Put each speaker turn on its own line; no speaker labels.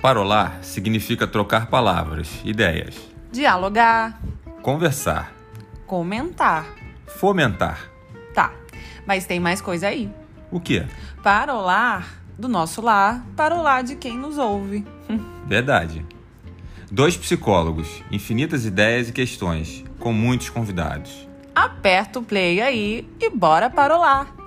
Parolar significa trocar palavras, ideias,
dialogar,
conversar,
comentar.
fomentar.
Tá, mas tem mais coisa aí.
O quê?
Parolar do nosso lar, parolar de quem nos ouve.
Verdade. Dois psicólogos, infinitas ideias e questões, com muitos convidados.
Aperta o play aí e bora parolar.